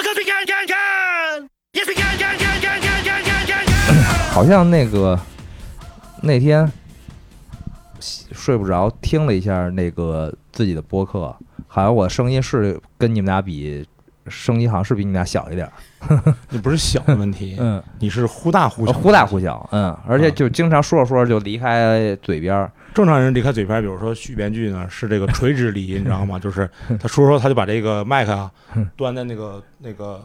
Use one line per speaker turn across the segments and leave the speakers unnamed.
看看看，也是看看看看看看看看看。
好像那个那天睡不着，听了一下那个自己的播客，好像我声音是跟你们俩比，声音好像是比你们俩小一点儿。
你不是小的问题，
嗯，
你是忽大忽小，
哦忽大忽。小，嗯，而且就经常说着说着就离开嘴边儿，
正常人离开嘴边，比如说续编剧呢，是这个垂直离，你知道吗？就是他说说，他就把这个麦克啊
嗯
端在那个那个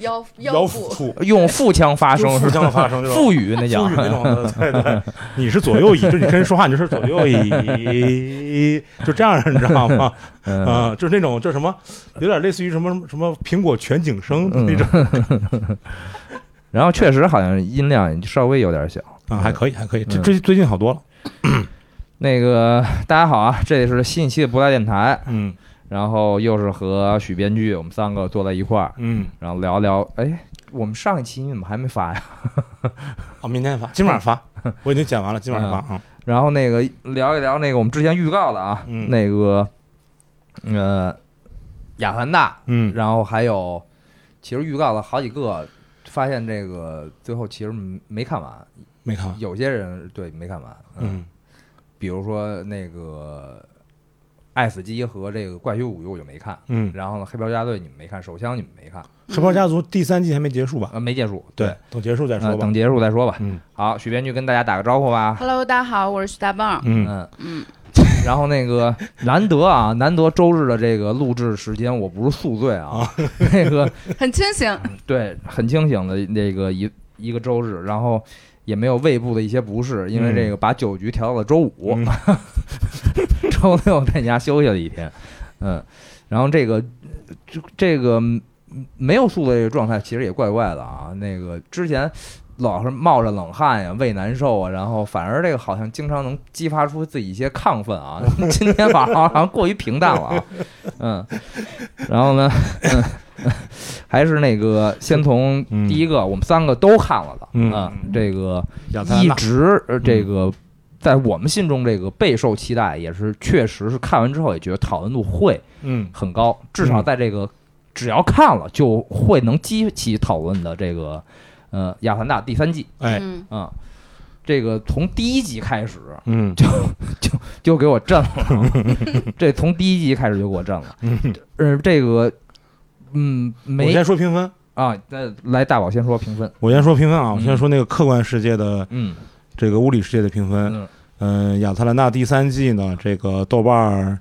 腰
腰腹
腹，
处，
用腹腔发声
就，腹 腔发声就是
腹语那叫嗯
就是。那种的，对对，你是左右移，就你跟人说话，你就是左右移，就这样，你知道吗？
嗯，
啊，就是那种叫什么，有点类似于什么什么苹果全景声
嗯
那 种
然后确实好像音量稍微有点小。
啊，还可以，还可以，这
嗯
最最近好多了，
那个 大家好啊，这里是新一期的不搭电台，
嗯
然后又是和许编剧我们三个坐在一块儿，
嗯，
然后聊聊。哎，我们上一期你怎么还没发呀？
哦，明天发，今晚发，我已经剪完了，今晚
嗯
发啊，
然后那个聊一聊那个我们之前预告的啊，
嗯
那个呃亚凡大，
嗯，
然后还有其实预告了好几个，发现这个最后其实没看完，
没看完，
有些人对没看完，
啊嗯
比如说那个爱死机和这个怪兽五我就没看，
嗯，
然后呢黑豹家队你们没看，手枪你们没看，
黑豹家族第三季还没结束吧？
呃没结束，
对，，等结束再
呃
说吧
等，结束再说吧。
嗯
好，许编剧跟大家打个招呼吧。
Hello，大家好，我是徐大棒。
嗯，
嗯
嗯，
然后那个 难得啊，难得周日的这个录制时间，我不是宿醉啊， 那个
很清醒，
对，很清醒的那个一一个周日，然后也没有胃部的一些不适，因为这个把酒局调到了周五，
嗯
周六在家休息了一天，嗯，然后这个这这个嗯没有宿醉这个状态，其实也怪怪的啊，那个之前。老是冒着冷汗呀，胃难受啊，然后反而这个好像经常能激发出自己一些亢奋啊。 今天晚上好像过于平淡了啊，嗯，然后呢， 嗯，还是那个先从第一个，我们三个都看了的，
嗯
啊这个
亚特兰
一
大，
直呃这个在我们心中这个备受期待，也是确实是看完之后也觉得讨论度会
嗯
很高，至少在这个只要看了就会能激起讨论的这个呃《亚凡达》第三季
哎
嗯，
啊。这个从第一集开始
嗯
就给我震了啊，这从第一集开始就给我震了。
嗯，
呃，这个，嗯，
我
没
先说评分，
啊，那来大宝先说评分，
我先说评分啊，我
嗯
先说那个客观世界的
嗯
这个物理世界的评分。
嗯
嗯，亚特兰大第三季呢，这个豆瓣儿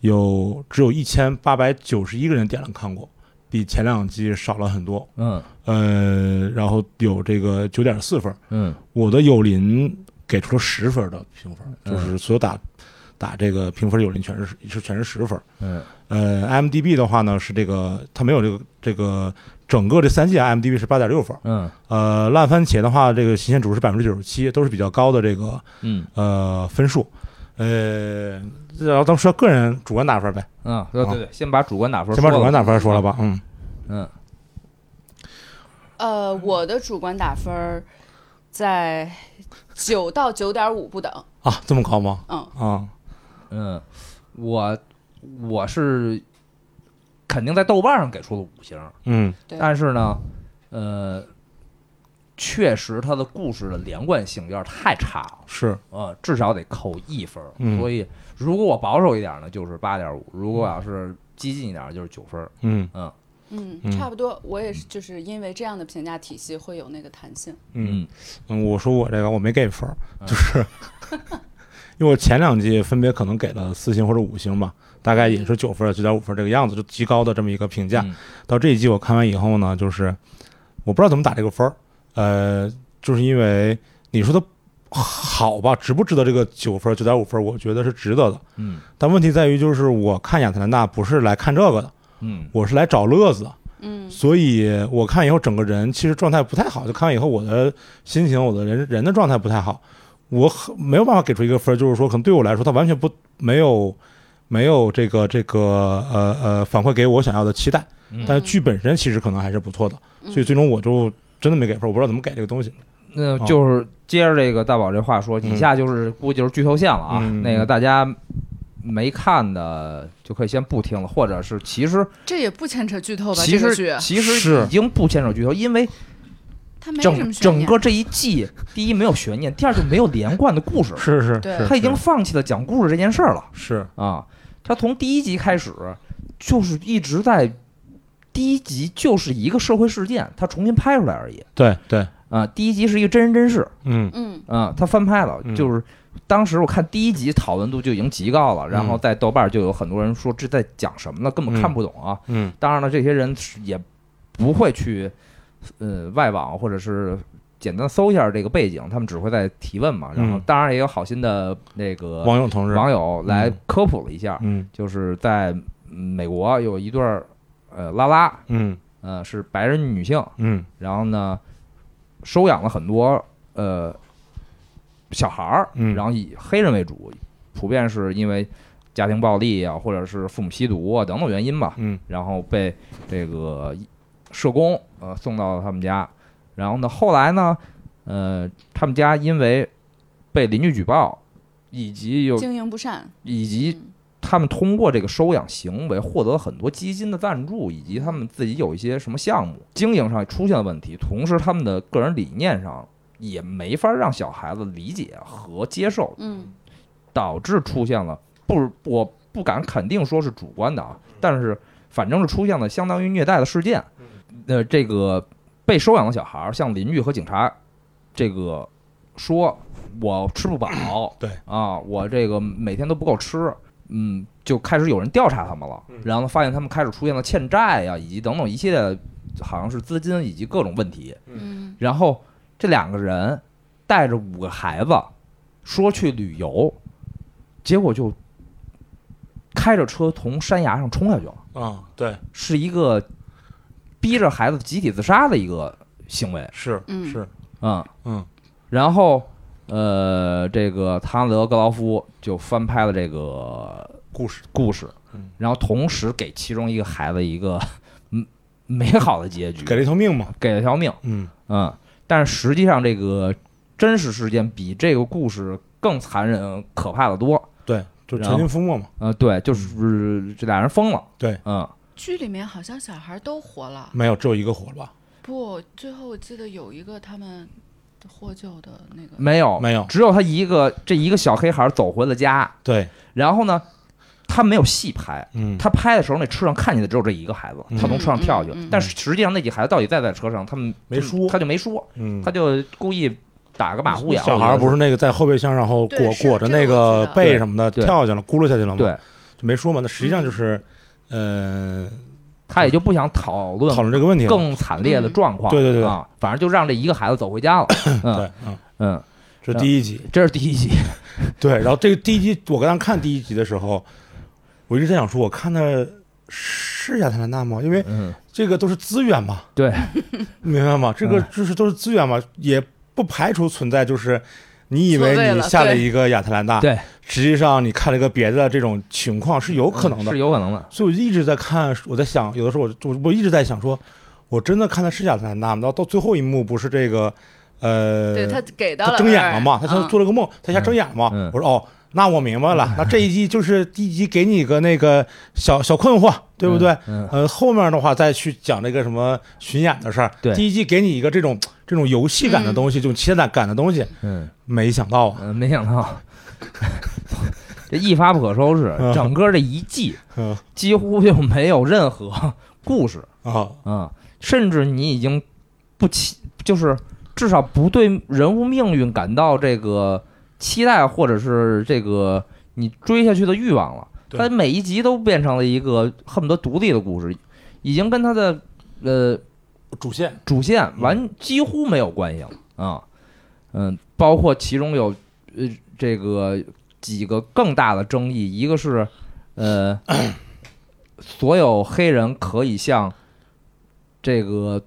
有只有一千八百九十一个人点了看过，比前两季少了很多。
嗯
呃，然后有这个九点四分，
嗯
我的友邻给出了十分的评分，
嗯
就是所有打打这个评分的友邻全是是全是十分。
嗯
呃，IMDB 的话呢是这个它没有这个这个整个这三季 IMDB 是八点六分。
嗯
呃，烂番茄的话，这个新鲜指数是百分之九十七，都是比较高的这个
嗯
呃分数。呃，然后咱们说个人主观打分呗，
嗯，对对对，先把主观打分，
先把主观，打分说了吧。嗯，
嗯
呃，我的主观打分儿在九到九点五不等，
啊，这么高吗？
嗯，
啊，
嗯，我我是肯定在豆瓣上给出了五星，
嗯
对
但是呢，呃，确实它的故事的连贯性有点太差了。
是，
呃，至少得扣一分儿，
嗯
所以如果我保守一点呢，就是八点五；如果要是激进一点，就是九分儿。
嗯
嗯
嗯，
差不多。我也是，就是因为这样的评价体系会有那个弹性。
嗯，嗯，我说我这个我没给分儿，就是、 因为我前两季分别可能给了四星或者五星吧，大概也是九分儿、九点五分儿这个样子，就极高的这么一个评价。
嗯
到这一季我看完以后呢，就是我不知道怎么打这个分儿，呃，就是因为你说的好吧，值不值得这个九分、九点五分儿？我觉得是值得的。
嗯
但问题在于，就是我看亚特兰大不是来看这个的，
嗯
我是来找乐子的。
嗯
所以我看以后整个人其实状态不太好，就看完以后我的心情，我的人人的状态不太好，我很没有办法给出一个分儿，就是说可能对我来说，它完全不没有没有这个这个呃呃反馈给我想要的期待，
嗯
但是剧本身其实可能还是不错的，
嗯
所以最终我就真的没给分儿，我不知道怎么改这个东西。
那就是接着这个大宝这话说，以下就是估计就是剧透线了啊。
嗯
那个大家没看的就可以先不听了，或者是其实
这也不牵扯剧透吧？
其
这个
实
剧啊
其实
是
已经不牵扯剧透，因为
它没什
整
么悬
整
念
个这一季，第一没有悬念，第二就没有连贯的故事，
是是
对
是，
他已经放弃了讲故事这件事儿了。
是
啊，他从第一集开始就是一直在，第一集就是一个社会事件，他重新拍出来而已
对对，
啊。第一集是一个真人真事
嗯
嗯
啊，他翻拍了，
嗯
就是当时我看第一集讨论度就已经极高了，然后
嗯
在豆瓣就有很多人说这在讲什么呢，根本看不懂啊。
嗯
当然了，这些人是也不会去呃外网或者是。简单搜一下这个背景，他们只会在提问嘛。然后
嗯，
当然也有好心的那个
王勇同志，
网友来科普了一下，
嗯
就是在嗯美国有一对儿，呃，拉拉，
嗯
呃，是白人女性，
嗯
然后呢，收养了很多呃小孩儿，
嗯
然后以黑人为主，普遍是因为家庭暴力啊，或者是父母吸毒啊等等原因吧，
嗯，
然后被这个社工呃送到他们家，然后呢，后来呢，呃，他们家因为被邻居举报，以及有
经营不善，
以及
嗯
他们通过这个收养行为获得了很多基金的赞助，以及他们自己有一些什么项目经营上出现了问题，同时他们的个人理念上也没法让小孩子理解和接受，
嗯
导致出现了不，我不敢肯定说是主观的啊，但是反正是出现了相当于虐待的事件。呃，这个被收养的小孩儿向邻居和警察这个说，我吃不饱
对
啊，我这个每天都不够吃，嗯，就开始有人调查他们了，然后发现他们开始出现了欠债呀、以及等等一系列的，好像是资金以及各种问题。
嗯
然后这两个人带着五个孩子，说去旅游，结果就开着车从山崖上冲下去了，
啊，对，
是一个逼着孩子集体自杀的一个行为，
是
嗯
是，
嗯
嗯
然后呃，这个唐德格劳夫就翻拍了这个
故事，
故事
嗯，
然后同时给其中一个孩子一个 嗯美好的结局，
给了一条命嘛，
给了条命。
嗯
嗯，但是实际上这个真实事件比这个故事更残忍、可怕的多。
对，就
然
陈
后
金覆没嘛，
呃，对，就是这俩人疯了。
对，
嗯，
剧里面好像小孩都活了，
没有，只有一个活了吧？
不，最后我记得有一个他们获救的那个，
没有，
没有
只有他一个，这一个小黑孩走回了家。
对，
然后呢，他没有细拍，
嗯，
他拍的时候那车上看见的只有这一个孩子，
嗯
他从车上跳下去。
嗯嗯嗯
但是实际上那几个孩子到底在不在车上，他们
没说
他就没说，
嗯
他就故意打个马虎眼。
小孩儿不
我觉
是那个在后备箱，然后
对
裹
是
裹着
这
那个
个我知道
背什么的
对对
跳下去了，咕噜下去了
得
嘛？，
对，
就没说嘛。那实际上就是，呃，
他也就不想讨论
讨论这个问题了。
更惨烈的状况。
嗯对对对
啊，反正就让这一个孩子走回家了。嗯
对，嗯，
嗯，
这第一集。
这是第一集。嗯
对，然后这个第一集，我刚刚看第一集的时候，我一直在想说，我看的是亚特兰大吗？因为
嗯，
这个都是资源嘛，
对，
明白吗？这个
嗯
就是都是资源嘛，也不排除存在就是。你以
错位
为你
了
下了
对
一个亚特兰大，
对，
实际上你看了一个别的这种情况是有可能
嗯
的
是，有可能的。
所以我就一直在看，我在想，有的时候我我我一直在想说，我真的看的是亚特兰大吗？到到最后一幕不是这个，呃，
对他给到
他
了
睁眼
二
了嘛，他就
嗯
做了个梦，他一下睁眼了嘛。
嗯嗯
我说哦，那我明 白了，那这一集就是第一集给你一个那个小小困惑，对不对？
嗯？嗯，
呃，后面的话再去讲这个什么巡演的事儿。
对
第一季给你一个这种这种游戏
嗯
感的东西，这种期待感的东西，
嗯
没想到啊，
嗯，没想到这一发不可收拾，
嗯
整个这一季
嗯
几乎就没有任何故事
啊，
啊，甚至你已经不期，就是至少不对人物命运感到这个期待，或者是这个你追下去的欲望了。
对
它每一集都变成了一个恨不得独立的故事，已经跟它的呃
主线
主线完几乎没有关系了啊，嗯，包括其中有呃这个几个更大的争议，一个是 呃所有黑人可以向这个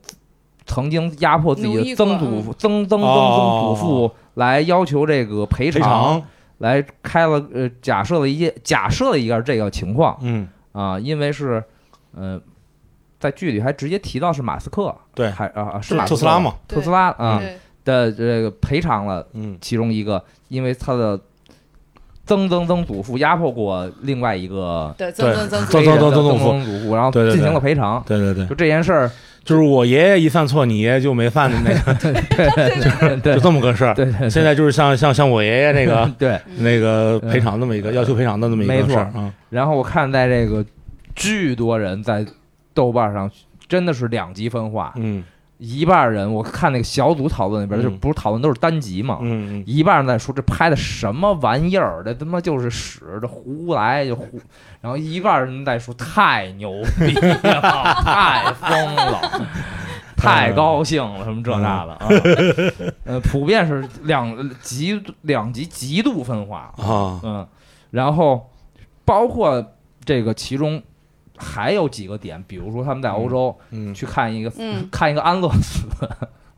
曾经压迫自己
奴
的
役
曾
过
祖
嗯
父、曾曾曾曾祖
哦
父来要求这个赔
赔
偿，
偿，
来开了呃假设了一些假设了一下这个情况
嗯，
啊，因为是呃在剧里还直接提到是马斯克。
对，
还啊啊是
是
马
特
斯
斯
克
拉
吗？
嘛，
特斯拉啊
对，
的这个赔偿了
嗯
其中一个，因为他的曾曾曾祖父压迫过另外一个
对，增增增
增
增
黑人
曾
的曾
曾祖父
曾祖父，然后
对对对
进行了赔偿。
对对对，
就这件事儿，
就是我爷爷一犯错，你爷爷就没犯的那个，
对对
就这么个事儿。
对对
现在就是像像像我爷爷那个
对。
那个赔偿那么一个要求赔偿的那么一
嗯没
个
错
事儿啊，
然后我看在这个巨多人在豆瓣上真的是两极分化，
嗯
一半人我看那个小组讨论里边，
嗯
就不是讨论都是单集嘛，
嗯嗯，
一半人在说这拍的什么玩意儿，这他妈就是屎，这胡来就胡。然后一半人在说太牛逼了，太疯了，太高兴了，什么这那的啊。呃，普遍是两极两极极度分化，
啊，
嗯，然后包括这个其中还有几个点，比如说他们在欧洲
嗯，
去看一个、
嗯
看一个安乐死，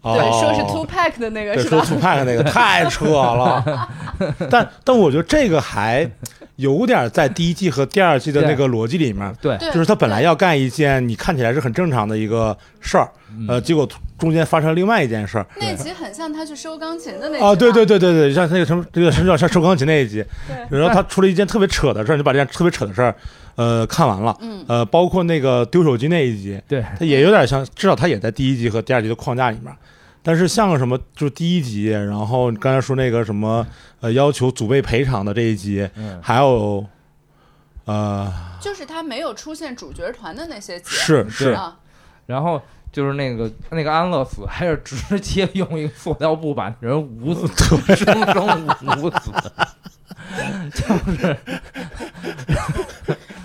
对，说是
突
two pack 的那个
哦对，
是
说
吧？
土派的那个太扯了，但但我觉得这个还有点在第一季和第二季的那个逻辑里面，
对，
对，
就是他本来要干一件你看起来是很正常的一个事儿，
嗯
呃，结果突中间发生了另外一件事儿。
那集很像他去收钢琴的那集
啊，对
吧
对对对对，像那个什么，这个像像收钢琴那一集，
对
然后他出了一件特别扯的事儿，就把这件特别扯的事儿，呃，看完了，
嗯
呃，包括那个丢手机那一集，
对，
它也有点像，至少它也在第一集和第二集的框架里面。但是像什么，就是第一集，然后你刚才说那个什么，呃，要求祖辈赔偿的这一集，
嗯
还有，呃，
就是他没有出现主角团的那些集
是是，
啊，
然后就是那个那个安乐死，还是直接用一个塑料布把人捂死，生生捂死，就是。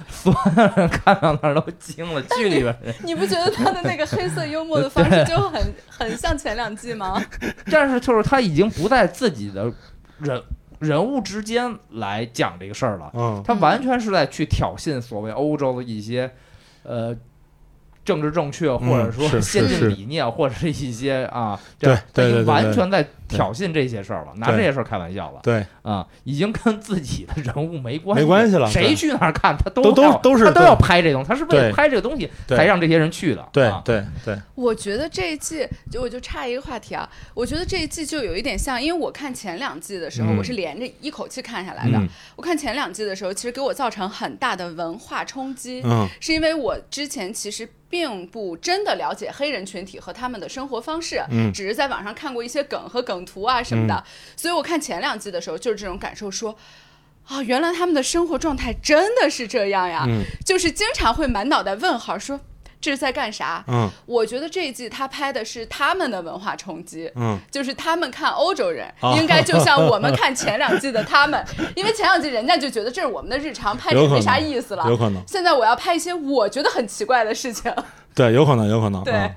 所有人看到那儿都惊了，剧里边人，
你不觉得他的那个黑色幽默的方式就很很像前两季吗？
但是就是他已经不在自己的人人物之间来讲这个事儿了，
嗯
他完全是在去挑衅所谓欧洲的一些，呃，政治正确，或者
嗯
说
是
先
是
进理念，或者是一些啊，这
对
样
对
他已
对
经
对
完
对
全在挑衅这些事儿了，拿这些事儿开玩笑了
对，
啊，已经跟自己的人物没关
没关系了
谁
对
去那儿看他都
都都
要
都是
他都
对
要拍这东西，他是为了
对
拍这个东西
对
才让这些人去的，
对
啊
对对，
我觉得这一季就我就插一个话题啊，我觉得这一季就有一点像，因为我看前两季的时候，
嗯
我是连着一口气看下来的。
嗯
我看前两季的时候，其实给我造成很大的文化冲击，
嗯
是因为我之前其实并不真的了解黑人群体和他们的生活方式，
嗯
只是在网上看过一些梗和梗图啊什么的，所以我看前两季的时候就是这种感受说。啊、原来他们的生活状态真的是这样呀！
嗯
就是经常会满脑袋问号说，这是在干啥？
嗯
我觉得这一季他拍的是他们的文化冲击，
嗯，
就是他们看欧洲人，
啊
应该就像我 们看前两季的他们，因为前两季人家就觉得这是我们的日常，拍这
有可
没啥
能
意思
有
了。
可能，
现在我要拍一些我觉得很奇怪的事情，
对，有可能，有可能，
对
嗯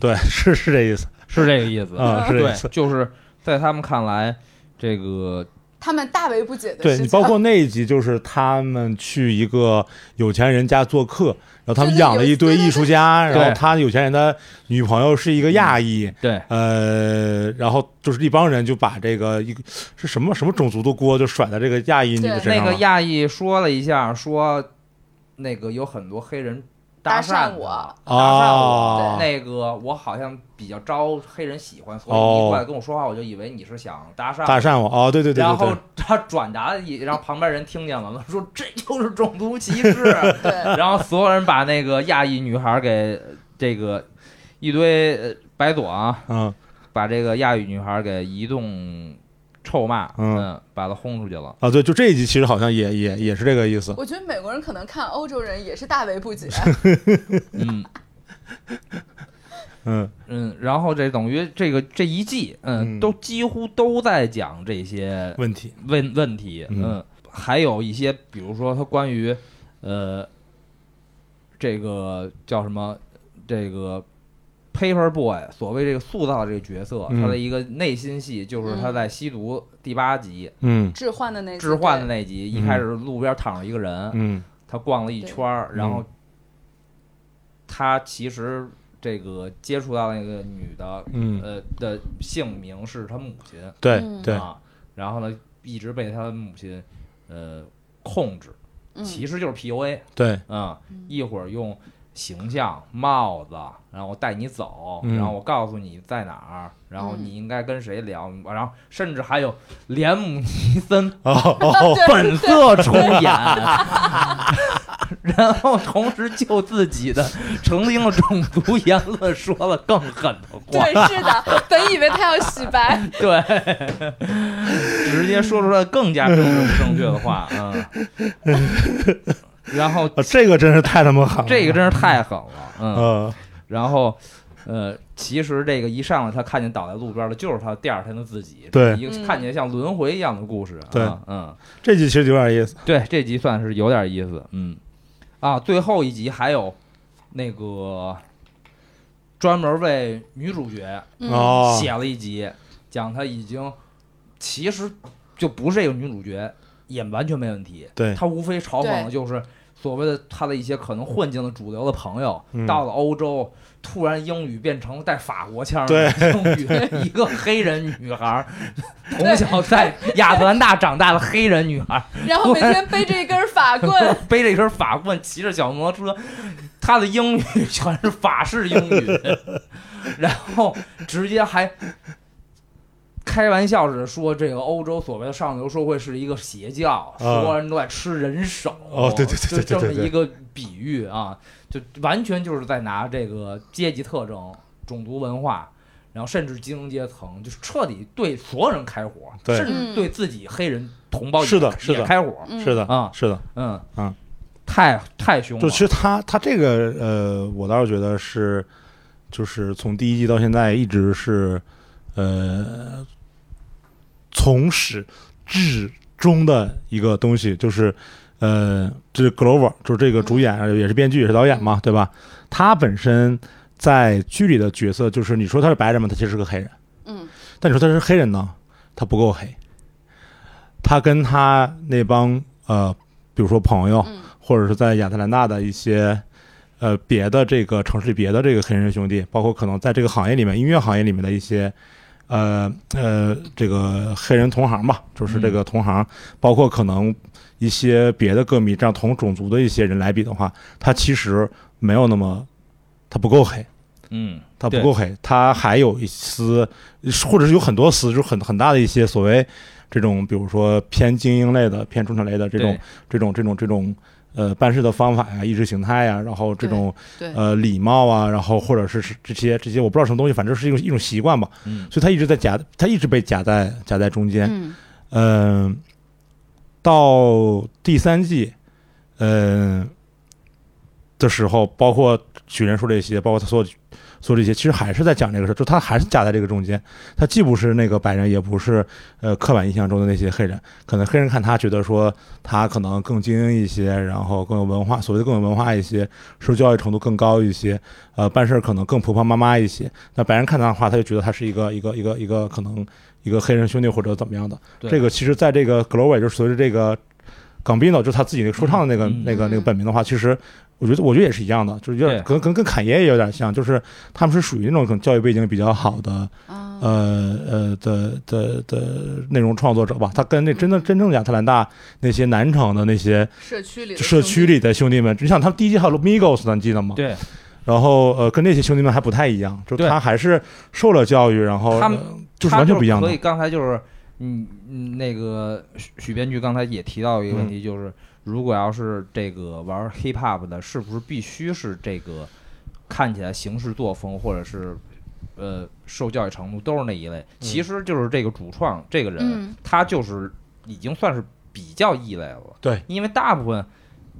对，是是这意思
是这个意思
啊，是这
对
意思，。
就是在他们看来，这个
他们大为不解的事
对
情。
你包括那一集，就是他们去一个有钱人家做客，然后他们
对对
养了一堆
有对对嗯
艺术家，
对
然后他有钱人的女朋友是一个亚裔，
对
呃，然后就是一帮人就把这个一个是什么什么种族的锅就甩在这个亚裔女的
对
身
那
上
个
了。
亚裔说了一下，说那个有很多黑人
搭
讪
讪我
他搭讪我
哦，
那个我好像比较招黑人喜欢，所以
哦
你过来跟我说话，我就以为你是想搭讪我。
搭讪我哦，对对对
然
对
后
对，
他转达一，让旁边人听见了，说这就是种族歧视。
对，
然后所有人把那个亚裔女孩给这个一堆呃白左啊，
嗯
把这个亚裔女孩给移动臭骂，
嗯
嗯，把她轰出去了。
啊对，就这一集其实好像也也也是这个意思。
我觉得美国人可能看欧洲人也是大为 不解。
嗯。
嗯
嗯，然后这等于这个这一季，嗯，
嗯
都几乎都在讲这些
问题
问问题，
嗯
还有一些，比如说他关于，呃，这个叫什么，这个 Paper Boy，所谓这个塑造这个角色，
嗯
他的一个内心戏，就是他在吸毒第八集、
嗯
置换的那集
置换的
对
那集，
嗯
一开始路边躺着一个人，
嗯
他逛了一圈儿，
对
然后他其实这个接触到那个女的，
嗯，
呃的姓名是他母亲
对
嗯
对，
啊，然后呢一直被他母亲呃控制，
嗯
其实就是 PUA
对
啊，一会儿用形象、帽子，然后我带你走，
嗯
然后我告诉你在哪儿，然后
嗯
你应该跟谁聊，然后甚至还有连姆尼森
哦
嗯
哦，
本色重演， 然后同时就自己的曾经的种族言论说了更狠的话
对，，是的，本以为他要洗 白，
对，直接说出来更加政治不正确的话，嗯， 然后
啊这个真是太他妈狠了，
这个真是太狠了，嗯，
呃，
然后。呃，其实这个一上来，他看见倒在路边的，就是他第二天的自己，
对
一个看见像轮回一样的故事，
对
啊嗯，
这集其实有点意思，
对，这集算是有点意思，嗯，啊，最后一集还有那个专门为女主角
嗯
哦，
写了一集，讲她已经其实就不是这个女主角，也完全没问题，
对，
她无非嘲讽的
对
就是所谓的她的一些可能混进了主流的朋友，
嗯
到了欧洲。突然，英语变成了带法国腔儿的
对
英语，一个黑人女孩儿，从小在亚特兰大长大的黑人女孩儿，
然后每天背着一根 法棍，
背着一根法棍，骑着小摩托车，他的英语 全是法式英语，然后直接还开玩笑似的说，这个欧洲所谓的上流社会是一个邪教，
啊
所有人都爱吃人手。
哦对对对对
就这
对对
么一个比喻啊，就完全就是在拿这个阶级特征、种族文化。然后甚至精英阶层，就是彻底对所有人开火，
对
甚至对自己黑人同胞也
是的是的
也开火，
嗯
是的，
啊
是的，
嗯
嗯，
太太凶了，
就其实他他这个呃，我倒是觉得是，就是从第一季到现在一直是呃，从始至终的一个东西，就是呃，这是 Glover 就是这个主演、也是编剧也是导演嘛，对吧？他本身在剧里的角色就是你说他是白人嘛，他其实是个黑人，
嗯，
但你说他是黑人呢，他不够黑，他跟他那帮呃，比如说朋友。
嗯
或者是在亚特兰大的一些呃别的这个城市里别的这个黑人兄弟，包括可能在这个行业里面音乐行业里面的一些呃呃这个黑人同行吧，就是这个同行，包括可能一些别的歌迷，这样同种族的一些人来比的话，他其实没有那么他不够黑。
嗯，
他不
对
够黑，他还有一丝，或者是有很多丝，就是很很大的一些所谓这种，比如说偏精英类的、偏中产类的这种
对
这种这种这种呃办事的方法呀、意识形态啊呀，然后这种
对
呃礼貌啊，然后或者是是这些这些我不知道什么东西，反正是一种一种习惯吧。
嗯
所以他一直在夹，他一直被夹在夹在中间。
嗯
嗯、到第三季，嗯、的时候，包括许人说这些，包括他所有所有这些，其实还是在讲这个事儿，就他还是夹在这个中间，他既不是那个白人，也不是呃刻板印象中的那些黑人，可能黑人看他觉得说他可能更精英一些，然后更有文化，所谓的更有文化一些，受教育程度更高一些，呃，办事儿可能更婆婆妈妈一些。那白人看他的话，他就觉得他是一个一个一个一个可能一个黑人兄弟或者怎么样的。
对
这个其实在这个 Glover 就是随着这个 Gambino 就是他自己那个说唱的那个、
嗯嗯
那个那个
嗯
本名的话，其实我觉得我觉得也是一样的，就是有点
对
可能跟跟侃爷也有点像，就是他们是属于那种可能教育背景比较好的。
啊，
呃呃的的的内容创作者吧，他跟那真的真正亚特兰大那些南城的那些
社区里的
社区里的兄弟们，你想他们第一季还有 Migos 呢，你记得吗？
对
然后呃，跟那些兄弟们还不太一样，就是
对
他还是受了教育，然后
他们
呃就是完全不一样
所
的
以。刚才就是，嗯嗯，那个许许编剧刚才也提到一个问
嗯
题，就是如果要是这个玩 hip hop 的，是不是必须是这个看起来行事作风或者是呃受教育程度都是那一类？
嗯
其实就是这个主创这个人，
嗯
他就是已经算是比较异类了。
对，
因为大部分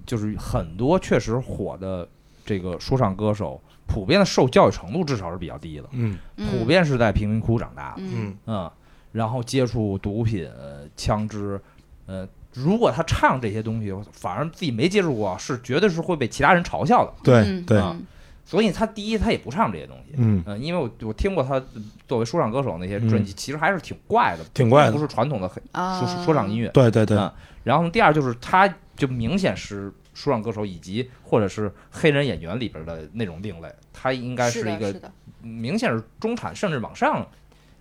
就是很多确实火的这个说唱歌手，普遍的受教育程度至少是比较低的，
嗯
普遍是在贫民窟长大的，
嗯
嗯
嗯，然后接触毒品、呃枪支，呃，如果他唱这些东西，反而自己没接触过，是绝对是会被其他人嘲笑的。
对对，
嗯
所以他第一，他也不唱这些东西。
嗯，
嗯，因为我我听过他作为说唱歌手那些专辑，其实还是挺怪的，
挺怪的
并不是传统的黑
啊
说说唱音乐。
对对对
啊然后呢，第二就是他就明显是说唱歌手以及或者是黑人演员里边的那种另类，他应该
是
是一
的
个
是的，
明显是中产甚至往上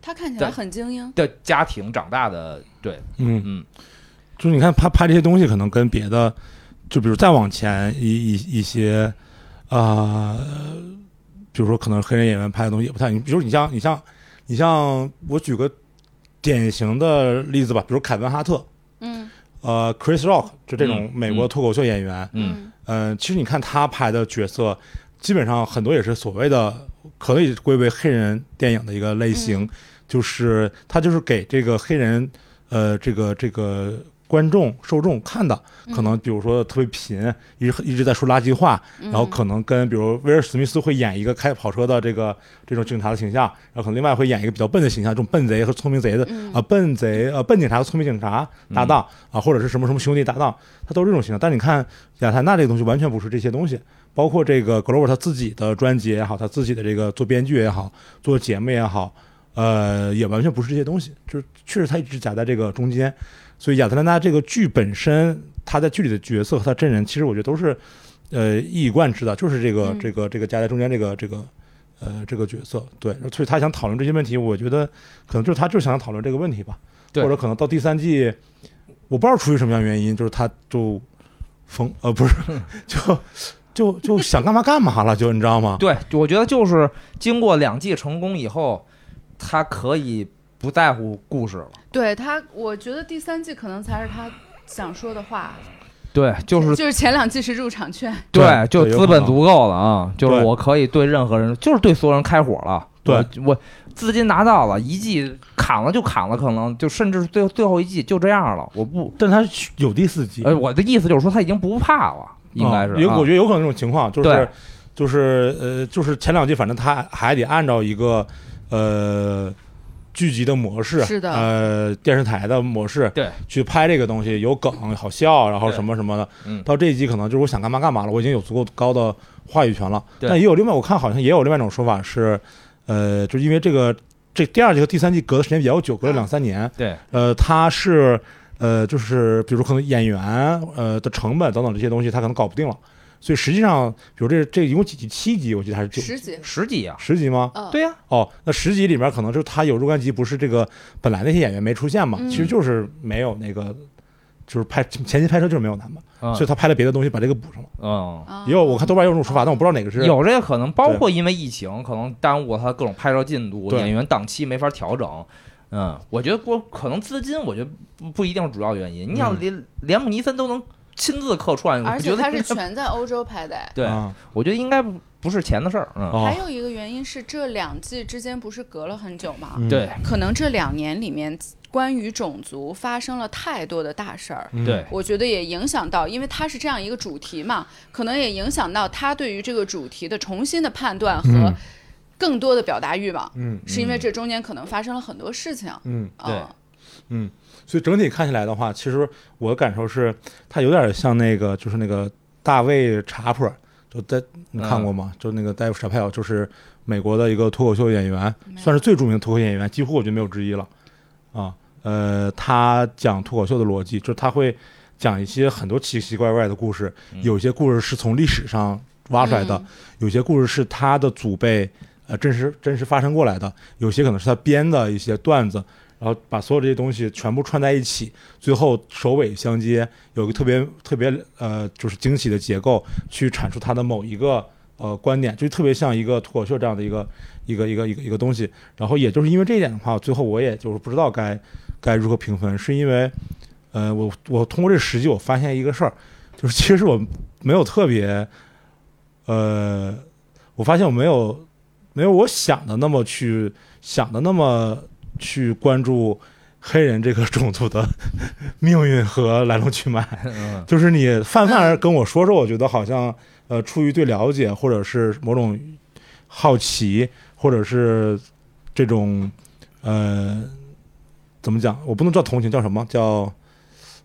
他看起来
对
很精英，
的家庭长大的，对，
嗯
嗯，
就是你看他拍这些东西，可能跟别的，就比如再往前一一一些，啊、比如说可能黑人演员拍的东西也不太，你比如你像你像你像我举个典型的例子吧，比如凯文哈特，
嗯
呃，Chris Rock 就这种
嗯
美国脱口秀演员，
嗯
嗯、其实你看他拍的角色，基本上很多也是所谓的可以归为黑人电影的一个类型，就是他就是给这个黑人，呃，这个这个观众受众看的，可能比如说特别贫，一直一直在说垃圾话，然后可能跟比如威尔史密斯会演一个开跑车的这个这种警察的形象，然后可能另外会演一个比较笨的形象，这种笨贼和聪明贼的啊、笨贼呃笨警察和聪明警察搭档啊、或者是什么什么兄弟搭档，他都是这种形象。但你看亚特兰大这个东西完全不是这些东西，包括这个 Glover 他自己的专辑也好，他自己的这个做编剧也好，做节目也好，呃，也完全不是这些东西，就是确实他一直夹在这个中间。所以亚特兰大这个剧本身，他在剧里的角色和他真人，其实我觉得都是呃一以贯之的，就是这个、
嗯
这个这个夹在中间这个这个呃这个角色。对，所以他想讨论这些问题，我觉得可能就是他就想讨论这个问题吧，
对
或者可能到第三季，我不知道出于什么样的原因，就是他就疯呃不是 就就就想干嘛干嘛了，就你知道吗？
对，我觉得就是经过两季成功以后，他可以不在乎故事了。
对他，我觉得第三季可能才是他想说的话，
对，就是
就是前两季是入场券，
对，就
对有
资
可
本
能
足够了啊！就是
对
我可以对任何人，就是对所有人开火了。
对
我，我资金拿到了，一季砍了就砍了，可能就甚至最最后一季就这样了。我不，
但他有第四季，
呃，我的意思就是说他已经不怕了，应该是。
有、
啊
我觉得有可能这种情况，就
对
是就是呃，就是前两季反正他还得按照一个呃剧集的模式，
是的
呃电视台的模式，
对，
去拍这个东西有梗好笑，然后
对
什么什么的。
嗯
到这一季可能就是我想干嘛干嘛了，我已经有足够高的话语权了。
对
但也有另外我看好像也有另外一种说法是，呃，就是因为这个这第二季和第三季隔的时间比较久，隔了两三年，
啊对，
呃，他是呃，就是比如说可能演员呃的成本等等这些东西，他可能搞不定了。所以实际上，比如这这一共几集？七集，我记得还是九
十几，
十几啊，
十集吗？
嗯，
对呀、
哦，那十集里面可能就是他有若干集不是这个本来那些演员没出现嘛，
嗯
其实就是没有那个，就是拍前期拍摄就是没有男嘛，
嗯
所以他拍了别的东西把这个补上了。
嗯，
啊
也有我看豆瓣有这种说法，但我不知道哪个是
有这个可能，包括因为疫情，可能耽误了他各种拍摄进度，
对
演员档期没法调整。嗯，我觉得不可能资金，我觉得不不一定是主要原因。你想
嗯
连连姆尼森都能亲自客串，我
而且
觉得
它是
应该
全在欧洲拍的。
对，
啊
我觉得应该不不是钱的事儿。嗯，
哦
还，有一个原因是这两季之间不是隔了很久吗？
嗯
对
可能这两年里面关于种族发生了太多的大事儿，
嗯
对，
我觉得也影响到，因为它是这样一个主题嘛，可能也影响到他对于这个主题的重新的判断和
嗯
更多的表达欲吧。
嗯
是因为这中间可能发生了很多事情。
嗯。
啊
对
所以整体看起来的话，其实我的感受是，它有点像那个，就是那个大卫查普尔，就在你看过吗？就那个戴夫查佩尔，就是美国的一个脱口秀演员，
没有
算是最著名的脱口秀演员，几乎我觉得没有之一了。啊，呃，他讲脱口秀的逻辑，就是他会讲一些很多奇奇怪怪的故事，
嗯
有些故事是从历史上挖出来的，
嗯
有些故事是他的祖辈呃真实真实发生过来的，有些可能是他编的一些段子，然后把所有这些东西全部串在一起，最后首尾相接，有一个特别特别呃就是惊喜的结构，去阐述他的某一个呃观点，就特别像一个脱口秀这样的一个一个一个一个一个东西。然后也就是因为这一点的话，最后我也就是不知道该该如何评分，是因为呃我我通过这实际我发现一个事儿，就是其实我没有特别呃，我发现我没有没有我想的那么去想的那么去关注黑人这个种族的 命运和来龙去脉。
嗯
就是你泛泛而跟我说说，我觉得好像呃，出于对了解或者是某种好奇，或者是这种呃，怎么讲？我不能叫同情，叫什么叫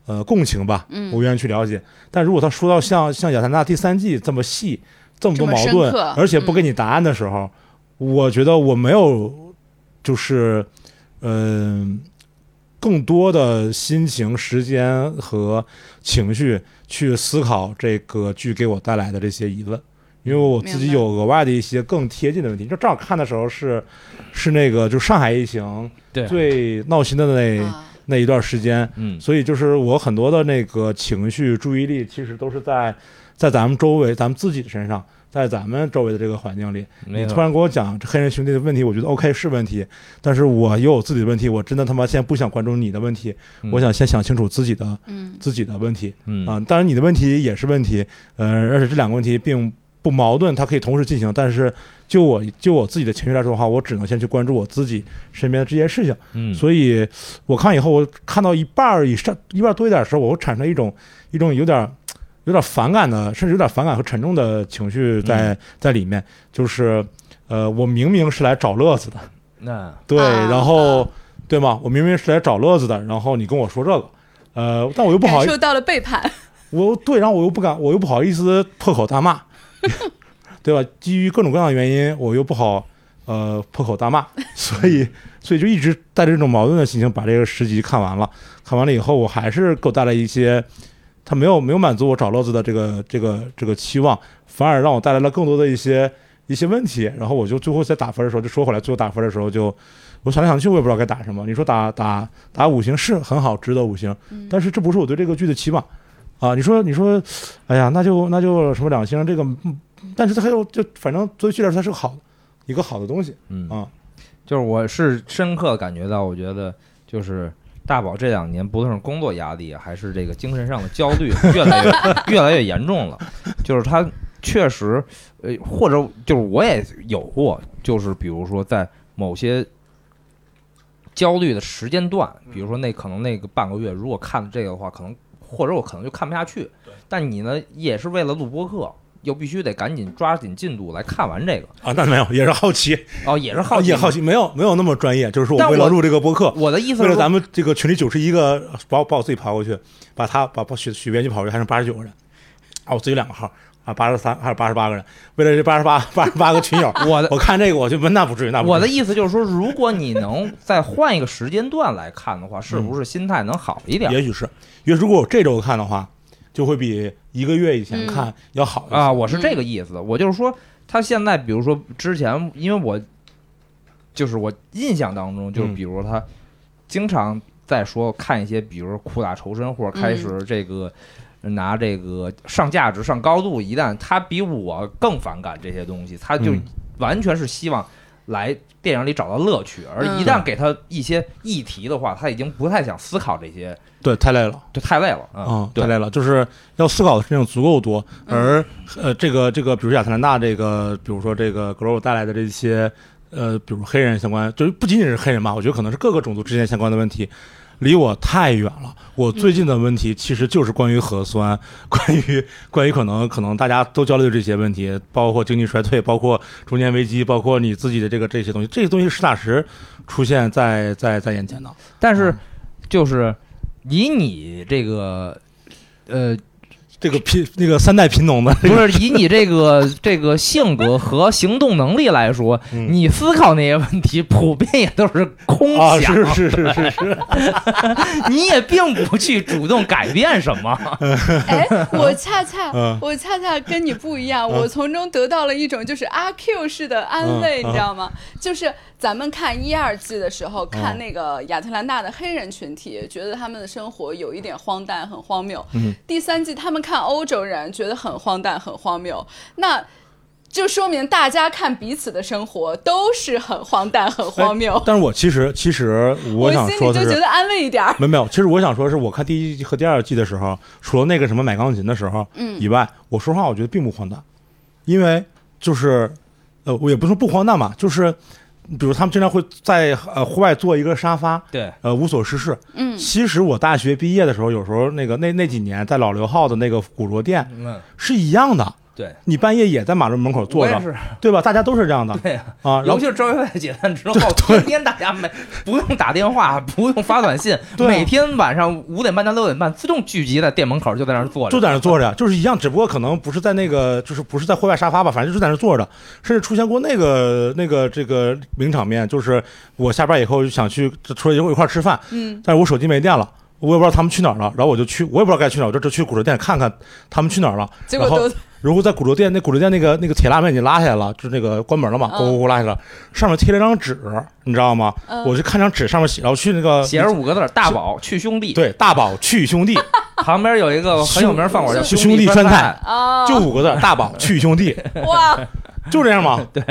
呃共情吧？
嗯
我愿意去了解。但如果他说到像像亚特兰大第三季这么细，这么多
这么
矛
深
盾
刻，嗯
而且不给你答案的时候，我觉得我没有就是嗯、更多的心情、时间和情绪去思考这个剧给我带来的这些疑问。因为我自己
明白
有额外的一些更贴近的问题，就正好看的时候是，是那个就上海疫情
对
最闹心的那、
啊，
那一段时间，
嗯
所以就是我很多的那个情绪、注意力，其实都是在在咱们周围、咱们自己的身上。在咱们周围的这个环境里，
没
你
错
突然给我讲这黑人兄弟的问题，我觉得 OK 是问题，但是我也有自己的问题，我真的他妈现在不想关注你的问题，
嗯
我想先想清楚自己的
嗯
自己的问题
嗯
啊。当然你的问题也是问题，呃，而且这两个问题并不矛盾，它可以同时进行。但是就我就我自己的情绪来说的话，我只能先去关注我自己身边的这些事情。
嗯，
所以我看以后，我看到一半儿以上、一半儿多一点儿的时候，我会产生一种一种有点儿有点儿反感的，甚至有点儿反感和沉重的情绪
嗯
在、在里面。就是呃，我明明是来找乐子的，
那
对，
啊
然后、
啊
对吗？我明明是来找乐子的，然后你跟我说这个。呃，但我又不好
感
意
受到了背叛。
我对，然后我又不敢，我又不好意思破口大骂， 对吧？基于各种各样的原因，我又不好呃破口大骂，所以所以就一直带着这种矛盾的心情把这个十集看完了。看完了以后，我还是给我带来一些，他没有没有满足我找乐子的这个这个这个期望，反而让我带来了更多的一些一些问题。然后我就最后在打分的时候，就说回来，最后打分的时候就。我想来想去，我也不知道该打什么。你说打打打五星是很好，值得五星，但是这不是我对这个剧的期望啊。你说你说，哎呀，那就那就什么两星，这个嗯但是它还有就反正作为剧来说，它是个好的一个好的东西。
嗯
啊，
就是我是深刻感觉到，我觉得就是大宝这两年，不论是工作压力啊还是这个精神上的焦虑， 越来越越来越严重了。就是他确实，呃，或者就是我也有过，就是比如说在某些焦虑的时间段，比如说那可能那个半个月，如果看这个的话，可能或者我可能就看不下去。但你呢，也是为了录播课。又必须得赶紧抓紧进度来看完这个
啊，那没有，也是好奇，
哦，也是好奇，
也好奇，没有没有那么专业，就是说
但
我为了
我
录这个播客，
我的意思是
为了
说
咱们这个群里九十一个，把我把我自己爬过去，把他把把许许编辑跑过去，还剩八十九个人，啊，我自己两个号啊，八十三还有八十八个人，为了这八十八八十八个群 友，
我 的
我看这个我就问那不至于，那不至于
我的意思就是说，如果你能再换一个时间段来看的话，是不是心态能好一点？
也许是，也许如果我这周看的话，就会比一个月以前看要好一些
啊，我是
嗯
这个意思。我就是说，他现在比如说之前，因为我就是我印象当中，就是
嗯
比如说他经常在说看一些，比如说苦大仇深，或者
嗯
开始这个。拿这个上价值、上高度，一旦他比我更反感这些东西，他就
嗯
完全是希望来电影里找到乐趣，而
嗯
一旦给他一些议题的话，他已经不太想思考这些
对，太累了。
就太累了
啊
啊，，
太
对，
累了，就是要思考的事情足够多，而呃，这个这个，比如亚特兰大这个，比如说这个格罗带来的这些，呃，比如黑人相关，就是不仅仅是黑人吧，我觉得可能是各个种族之间相关的问题，离我太远了。我最近的问题其实就是关于核酸，关于关于可能可能大家都焦虑的这些问题，包括经济衰退，包括中年危机，包括你自己的这个这些东西，这些东西实打实出现在在在眼前的。
但
嗯
是就是以你这个呃，
这个贫那个三代贫农的，
不是以你这 个这个性格和行动能力来说，
嗯
你思考那些问题普遍也都是空
啊，
想，
是是是是是。
你也并不去主动改变什么。
哎， 我恰恰、
嗯
我恰恰跟你不一样，我从中得到了一种就是阿 Q 式的安慰，
嗯
你知道吗？就是咱们看一二季的时候，
嗯
看那个亚特兰大的黑人群体，觉得他们的生活有一点荒诞，很荒谬。
嗯
第三季他们看欧洲人，觉得很荒诞，很荒谬。那就说明大家看彼此的生活都是很荒诞、 很荒谬。
哎但是我其实其实我想
心
说
里
的
就是觉，得安慰一点儿。
没有没有，其实我想说的是我看第一季和第二季的时候，除了那个什么买钢琴的时候，
嗯
以外，我说实话我觉得并不荒诞，因为就是呃，我也不是说不荒诞吧，就是比如他们经常会在呃户外做一个沙发，
对，
呃无所事事。
嗯
其实我大学毕业的时候，有时候那个那那几年在老刘浩的那个古着店
嗯，
是一样的，
对，
你半夜也在马路门口坐
我也
着，
是，
对吧？大家都是这样的
对呀。
啊，然后
尤其是周围外解散之后，天天大家每不用打电话，不用发短信，
对啊
每天晚上五点半到六点半自动聚集在店门口，就在那儿坐着，
就在那儿坐着，就是一样，只不过可能不是在那个，就是不是在户外沙发吧，反正就是在那儿坐着，甚至出现过那个那个这个名场面，就是我下班以后想去出来一块儿吃饭，
嗯
但是我手机没电了。我也不知道他们去哪儿了，然后我就去，我也不知道该去哪儿，我就就去古着店看看他们去哪儿了。
结果
然后
都
然后在古着店，那古着店那个那个铁拉面已经拉下来了，就是那个关门了嘛，
嗯
咕咕咕拉下来了，上面贴了张纸，你知道吗？
嗯
我就看张纸上面写，然后去那个
写着五个字儿“大宝去兄弟”。
哦
对，大宝去兄弟，
旁边有一个很有名饭馆叫
兄
弟
弟川
菜，
啊，
就五个字儿，大宝去兄弟，
哇，
就这样嘛。
对，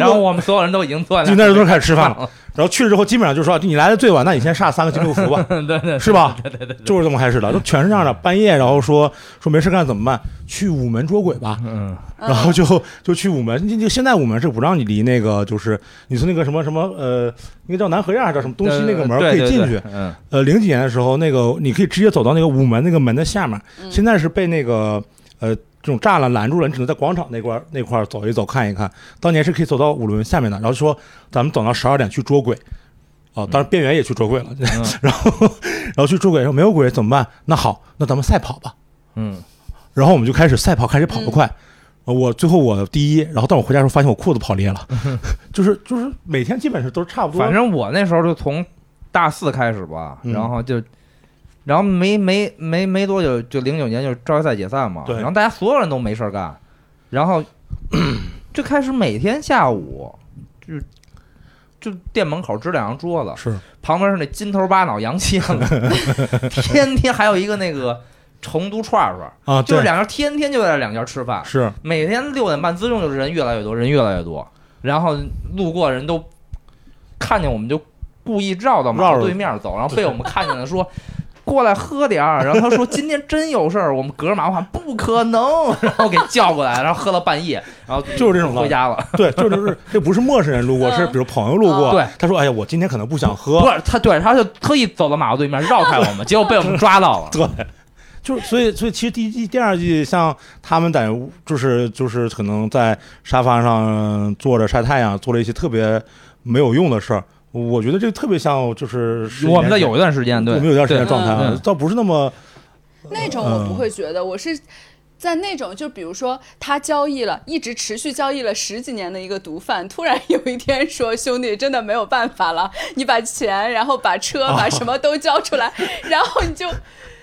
然后
个
我们所有人都已经坐在
就
那
那
儿
时候都开始吃饭了， 然后去了之后基本上就说你来的最晚，那你先上三个金六福 吧，
对对对
是吧？对对对，就是这么开始的，都全是这样的。半夜然后说说没事干怎么办？去午门捉鬼吧，
嗯，
嗯
然后就就去午门，就就现在午门是不让你离那个就是你从那个什么什么呃，那个叫南河沿还是叫什么东西那个门
对
可以
对
进
对
去。
嗯，
呃，零几年的时候，那个你可以直接走到那个午门那个门的下面，
嗯
现在是被那个呃这种栅栏拦住了，你只能在广场那块儿那块儿走一走看一看。当年是可以走到五轮下面的，然后说咱们等到十二点去捉鬼。哦，
嗯
当然边缘也去捉鬼了， 然后然后去捉鬼，说没有鬼怎么办？那好，那咱们赛跑吧。
嗯，
然后我们就开始赛跑，开始跑得快。呃我最后我第一，然后但我回家的时候发现我裤子跑裂了， 就是就是每天基本上都是差不多，
嗯反正我那时候就从大四开始吧，
嗯
然后就，然后没没没没多久，就零九年就招赛解散嘛，
对
然后大家所有人都没事儿干，然 后就开始每天下午就就店门口支两张桌子，
是
旁边是那金头巴脑洋蝎子， 天天还有一个那个成都串串，
啊，
就是
对
两家天天就在这两家吃饭，
是
每天六点半自动就是人越来越多，人越来越多，然后路过人都看见我们就故意绕到马
绕
路
着
对面走，然后被我们看见了说。过来喝点儿，然后他说今天真有事儿，我们隔着马路喊不可能，然后给叫过来，然后喝到半夜，然后
就是这种
回家了。
对，就就是这不是陌生人路过，
嗯
是比如朋友路过。
对，
他说：“哎呀，我今天可能不想
不
喝。
是他，对，他就特意走到马路对面绕开我 们，结果被我们抓到了”。
对，就是所以所以其实第一季、第二季，像他们在屋就是就是可能在沙发上坐着晒太阳，做了一些特别没有用的事儿。我觉得这特别像就是十几
我们在
年前
有一段时间，对，
我们有一段时间的
对
状态
嗯
啊
嗯，
倒不是那么
那种我不会觉得，我是在那种就比如说他交易了，一直持续交易了十几年的一个毒贩，突然有一天说兄弟真的没有办法了，你把钱，然后把车，
哦
把什么都交出来，然后你就。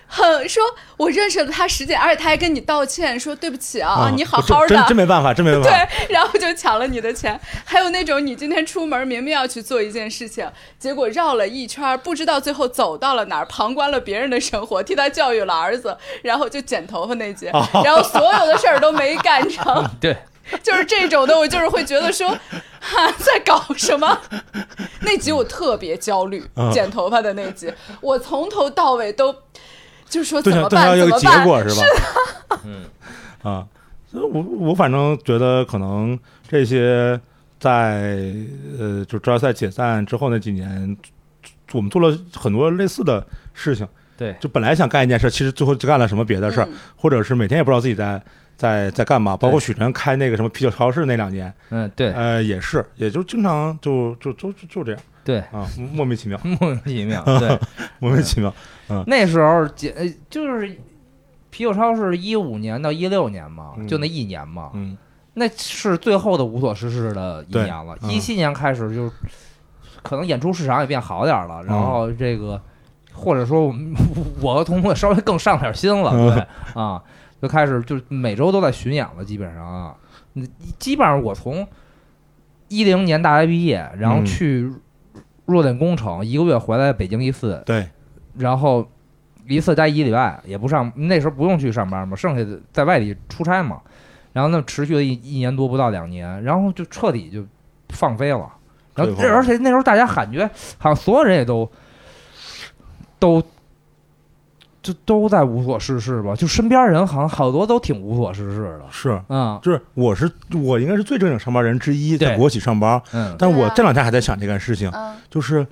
很说，我认识了他十几年，而且他还跟你道歉，说对不起啊，啊你好好的，
哦真真真没办法，真没办法。
对，然后就抢了你的钱。还有那种你今天出门明明要去做一件事情，结果绕了一圈儿，不知道最后走到了哪儿，旁观了别人的生活，替他教育了儿子，然后就剪头发那节，
哦
然后所有的事儿都没干成，
对，
就是这种的，我就是会觉得说，哈、在搞什么？那集我特别焦 虑，
嗯
剪头发的那集，我从头到尾都。就是说
都
怎
想
么
都想啊要有
办？怎
个
么
结
办？
果是吧？嗯 啊，所以我我反正觉得可能这些在呃，就职业赛解散之后那几年，我们做了很多类似的事情。
对
就本来想干一件事，其实最后就干了什么别的事儿，
嗯
或者是每天也不知道自己在在在干嘛。包括
对
许晨开那个什么啤酒超市那两年，
嗯， 对
呃，也是，也就经常就就就就就这样
对，
啊，莫名其妙，
莫名其妙。对，
莫名其妙。
那时候姐呃就是啤酒超市一五年到一六年嘛，
嗯
就那一年嘛，
嗯，
那是最后的无所事事的一
对
年了。
嗯
一七年开始就是可能演出市场也变好点儿
嗯
了，然后这个或者说我们我和童童也稍微更上点心了，
嗯
对啊，就开始就每周都在巡演了，基本上啊，嗯基本上我从一零年大学毕业，然后
嗯
去弱点工程一个月回来北京一次，
对，
然后一次待一礼拜，也不上，那时候不用去上班嘛，剩下的在外地出差嘛，然后那持续了一一年多，不到两年，然后就彻底就放飞了。然后
退化
而且那时候大家感觉好像所有人也都都就都在无所事事吧，就身边人好像好多都挺无所事事的，
是。
嗯
就是我是我应该是最正经上班人之一，
对
在国企上班，
嗯
但
对
我
啊
这两天还在想这件事情，
嗯
就是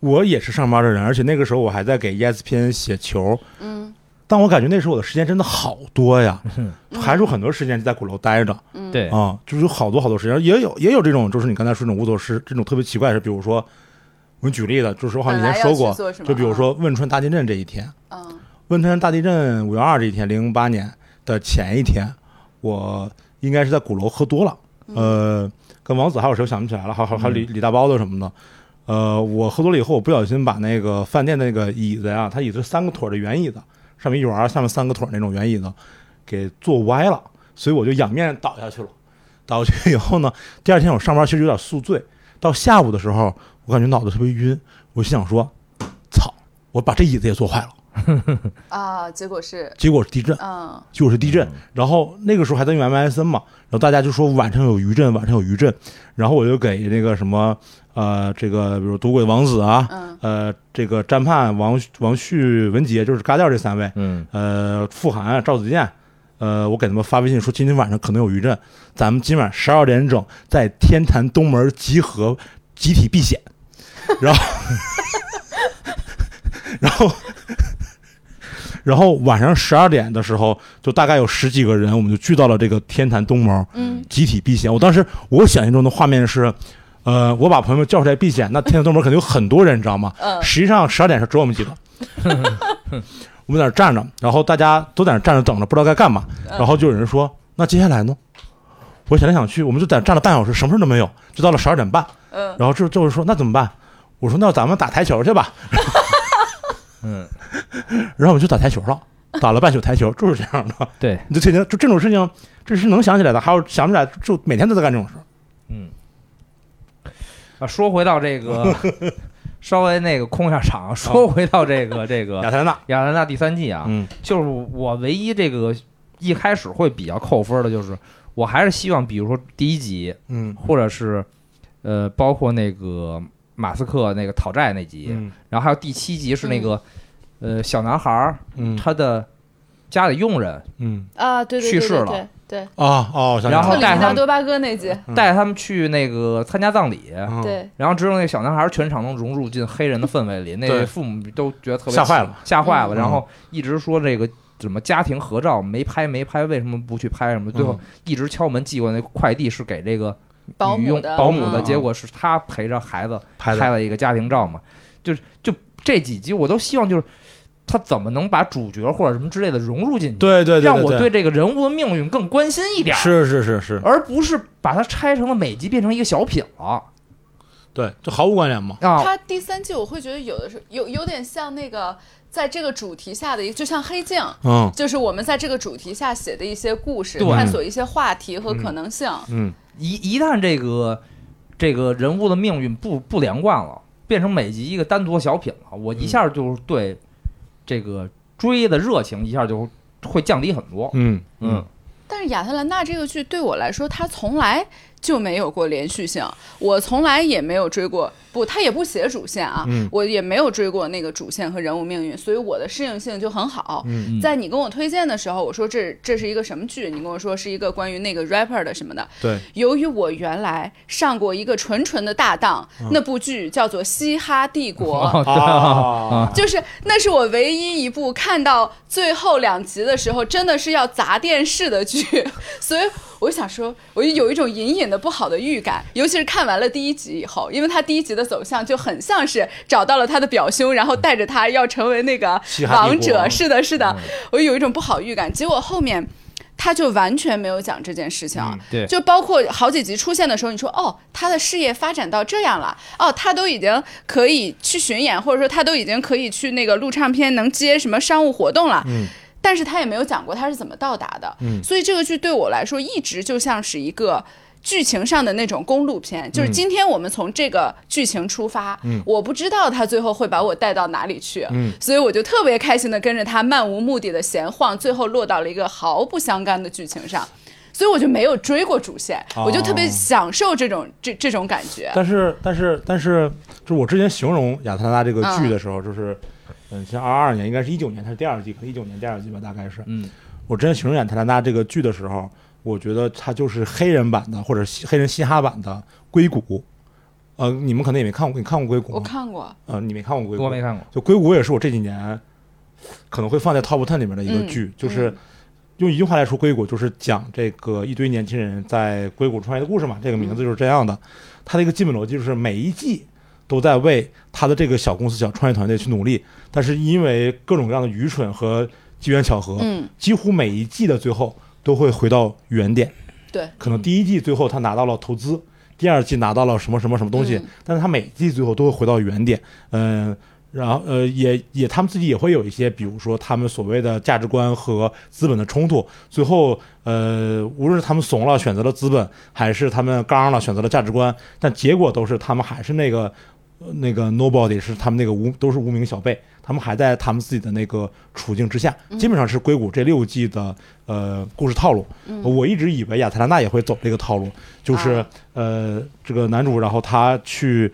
我也是上班的人，而且那个时候我还在给 ESPN 写球，
嗯
但我感觉那时候我的时间真的好多呀，
嗯
还是有很多时间就在鼓楼待着
嗯，
对
啊，就是有好多好多时间，也有也有这种就是你刚才说那种无所事，这种特别奇怪的事，比如说我举例子，就是我好像以前说
本来要
过
去做什，么
就比如说汶川大地震这一天，
嗯
汶川大地震五幺二这一天，零零八年的前一天，我应该是在鼓楼喝多了，呃，跟王子还有谁我想不起来了，还还还有李李大包子什么的，呃，我喝多了以后，我不小心把那个饭店的那个椅子呀、它椅子是三个腿儿的圆椅子，上面一圆，下面三个腿儿那种圆椅子，给坐歪了，所以我就仰面倒下去了。倒下去以后呢，第二天我上班其实有点宿醉，到下午的时候，我感觉脑子特别晕，我心想说，操，我把这椅子也坐坏了。
啊，结果是，
结果是地震，
嗯，
结果是地震。然后那个时候还在用 MSN 嘛，然后大家就说晚上有余震，晚上有余震。然后我就给那个什么呃，这个比如赌鬼王子啊，
嗯
呃，这个战判王王旭、文杰，就是嘎调这三位，
嗯
呃，傅涵、赵子健，呃，我给他们发微信说今天晚上可能有余震，咱们今晚十二点整在天坛东门集合，集体避险。然后， 然后， 然后晚上十二点的时候，就大概有十几个人，我们就聚到了这个天坛东门，
嗯，
集体避险。我当时我想象中的画面是。呃，我把朋友们叫出来避险，那天坛东门肯定有很多人，你知道吗？
嗯
实际上十二点是只有我们几个，我们在那儿站着，然后大家都在那儿站着等着，不知道该干嘛。
嗯
然后就有人说：“那接下来呢？”我想来想去，我们就在那儿站了半小时，什么事都没有，就到了十二点半。
嗯
然后这这会儿说：“那怎么办？”我说：“那咱们打台球 去吧。
嗯，”
然后我们就打台球了，打了半宿台球，就是这样的。
对，
你就天天就这种事情，这是能想起来的，还有想不起来，就每天都在干这种事。
啊，说回到这个稍微那个空下场，说回到这个这 个
亚特兰大，
亚特兰大第三季啊，
嗯
就是我唯一这个一开始会比较扣分的，就是我还是希望，比如说第一集，
嗯
或者是呃，包括那个马斯克那个讨债那集，
嗯
然后还有第七集是那个、呃小男孩儿
嗯
他的家里佣人
嗯
啊，对对对
去世
对
了
对对，
啊哦，我想起来了
然
克
后
里
带
斯
他
纳
们
多巴哥那集，
嗯
带他们去那个参加葬礼。
嗯
对，
然后之后，那个小男孩儿全场都融入进黑人的氛围里，那
对
个父母都觉得特别
吓坏
奇
了，
吓坏了。
嗯
然后一直说这个什么家庭合照没拍没拍，为什么不去拍什么？最后
嗯
一直敲门寄过来那快递是给这个
保
女
姆
佣
的
保姆的，
嗯
结果是他陪着孩子
拍
拍
的
了一个家庭照嘛，就是就这几集我都希望就是他怎么能把主角或者什么之类的融入进去，
对对对，
让我
对
对这个人物的命运更关心一点，
是是是是，
而不是把它拆成了每集变成一个小品了
对，这毫无关联嘛。
啊。
它第三季我会觉得有的时候有有点像那个在这个主题下的一个，就像黑镜。
嗯
就是我们在这个主题下写的一些故事，
对
探索一些话题和可能性。
嗯
一一旦这个这个人物的命运不不连贯了，变成每集一个单独的小品了，我一下就是对这个追的热情一下就会降低很多。
嗯
嗯，
但是《亚特兰大》这个剧对我来说，它从来就没有过连续性，我从来也没有追过，不，它也不写主线啊，
嗯
我也没有追过那个主线和人物命运，所以我的适应性就很好。
嗯
在你跟我推荐的时候，我说这这是一个什么剧？你跟我说是一个关于那个 rapper 的什么的，
对，
由于我原来上过一个纯纯的大档，
嗯
那部剧叫做《嘻哈帝国》
哦，对啊，
啊，
就是那是我唯一一部看到最后两集的时候，真的是要砸电视的剧， 所以我想说，我有一种隐隐的不好的预感，尤其是看完了第一集以后，因为他第一集的走向就很像是找到了他的表兄，然后带着他要成为那个
嘻哈帝
王
国
者，是的，是
嗯
的，我有一种不好预感，结果后面。他就完全没有讲这件事情，
嗯
对
就包括好几集出现的时候，你说哦，他的事业发展到这样了，哦，他都已经可以去巡演，或者说他都已经可以去那个录唱片，能接什么商务活动了。
嗯
但是他也没有讲过他是怎么到达的。
嗯
所以这个剧对我来说，一直就像是一个。剧情上的那种公路片，就是今天我们从这个剧情出发，
嗯
我不知道他最后会把我带到哪里去，
嗯
所以我就特别开心的跟着他漫无目的的闲晃，最后落到了一个毫不相干的剧情上，所以我就没有追过主线，
哦
我就特别享受这种这这种感觉。
但是但是但是，就是我之前形容《亚特兰大》这个剧的时候，就是，嗯，像二二年应该是一九年，它是第二季，可能一九年第二季吧，大概是。
嗯
我之前形容《亚特兰大》这个剧的时候，我觉得它就是黑人版的，或者西黑人嘻哈版的《硅谷》。呃，你们可能也没看过，你看过《硅谷》
我
吗？
看过，
呃，你没看过《硅谷》？
我没看过。
就《硅谷》也是我这几年可能会放在 Top Ten 里面的一个剧，
嗯
就是用一句话来说，《硅谷》就是讲这个一堆年轻人在硅谷创业的故事嘛。这个名字就是这样的。
嗯
它的一个基本逻辑就是每一季都在为他的这个小公司、小创业团队去努力，但是因为各种各样的愚蠢和机缘巧合，
嗯，
几乎每一季的最后都会回到原点。
对，
可能第一季最后他拿到了投资，第二季拿到了什么什么什么东西，
嗯
但是他每季最后都会回到原点，嗯、然后呃也也他们自己也会有一些，比如说他们所谓的价值观和资本的冲突，最后呃无论是他们怂了选择了资本，还是他们刚了选择了价值观，但结果都是他们还是那个。呃那个 Nobody 是他们那个无都是无名小辈，他们还在他们自己的那个处境之下，基本上是硅谷这六季的呃故事套路。我一直以为亚特兰大也会走这个套路，就是、
啊
呃这个男主，然后他去。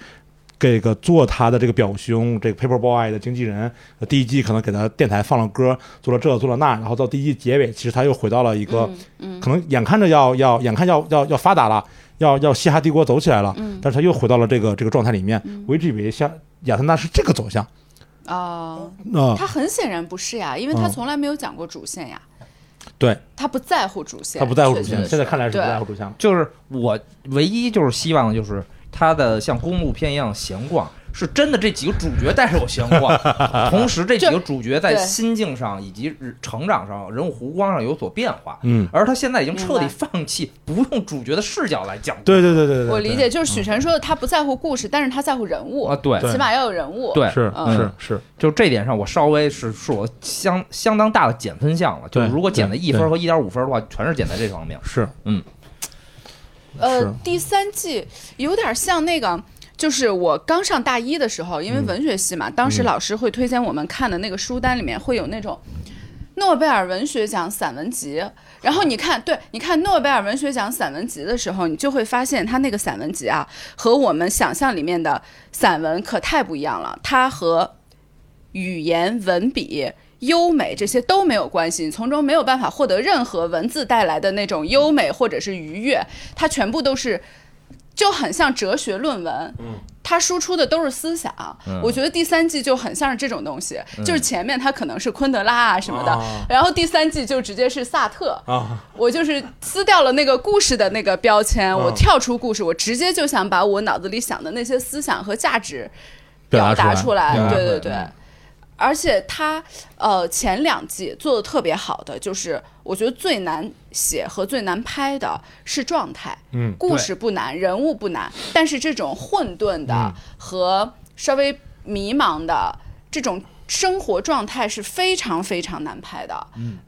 这个做他的这个表兄，这个 Paper Boy 的经纪人，呃第一季可能给他电台放了歌，做了这做了那，然后到第一季结尾，其实他又回到了一个
嗯嗯
可能眼看着要要眼看要要要发达了，要要嘻哈帝国走起来了，
嗯
但是他又回到了这个这个状态里面。我一直以为像亚特兰大是这个走向，
啊，
啊，
他很显然不是呀，因为他
嗯
从来没有讲过主线呀，
对
他不在乎主线，
他不在乎主
确
线，
实
现在看来是不
对
在乎主线了。
就是我唯一就是希望的就是它的像公路片一样闲逛，是真的这几个主角带着我闲 逛，同时这几个主角在
对
心境上以及成长上、人物弧光上有所变化。
嗯，
而他现在已经彻底
明白
放弃不用主角的视角来讲故
对对对对对，嗯
我理解，就是许晨说的，他不在乎故事，但是他在乎人物
啊，，对
对
起码要有人物。，
对
是
嗯
是是，
就这点上，我稍微是是我相相当大的减分项了。就是
对
如果减了
对
一分和一点五分的话，全是减在这方面。
是，
呃
是，
第三季有点像那个。就是我刚上大一的时候，因为
嗯
文学系嘛，当时老师会推荐我们看的那个书单里面会有那种诺贝尔文学奖散文集。然后你看，对，你看诺贝尔文学奖散文集的时候，你就会发现他那个散文集啊，和我们想象里面的散文可太不一样了。它和语言、文笔、优美这些都没有关系，你从中没有办法获得任何文字带来的那种优美或者是愉悦，它全部都是就很像哲学论文。嗯。它输出的都是思想，我觉得第三季就很像是这种东西，就是前面它可能是昆德拉啊什么的，
啊
然后第三季就直接是萨特，
啊，
我就是撕掉了那个故事的那个标签，我
嗯
跳出故事，我直接就想把我脑子里想的那些思想和价值
表
表
达
达
出
出
来嗯表
来。
达
对
出来
对对，而且他呃前两季做的特别好的，就是我觉得最难写和最难拍的是状态。
嗯
故事不难，人物不难，但是这种混沌
嗯
的和稍微迷茫的这种生活状态是非常非常难拍的。嗯、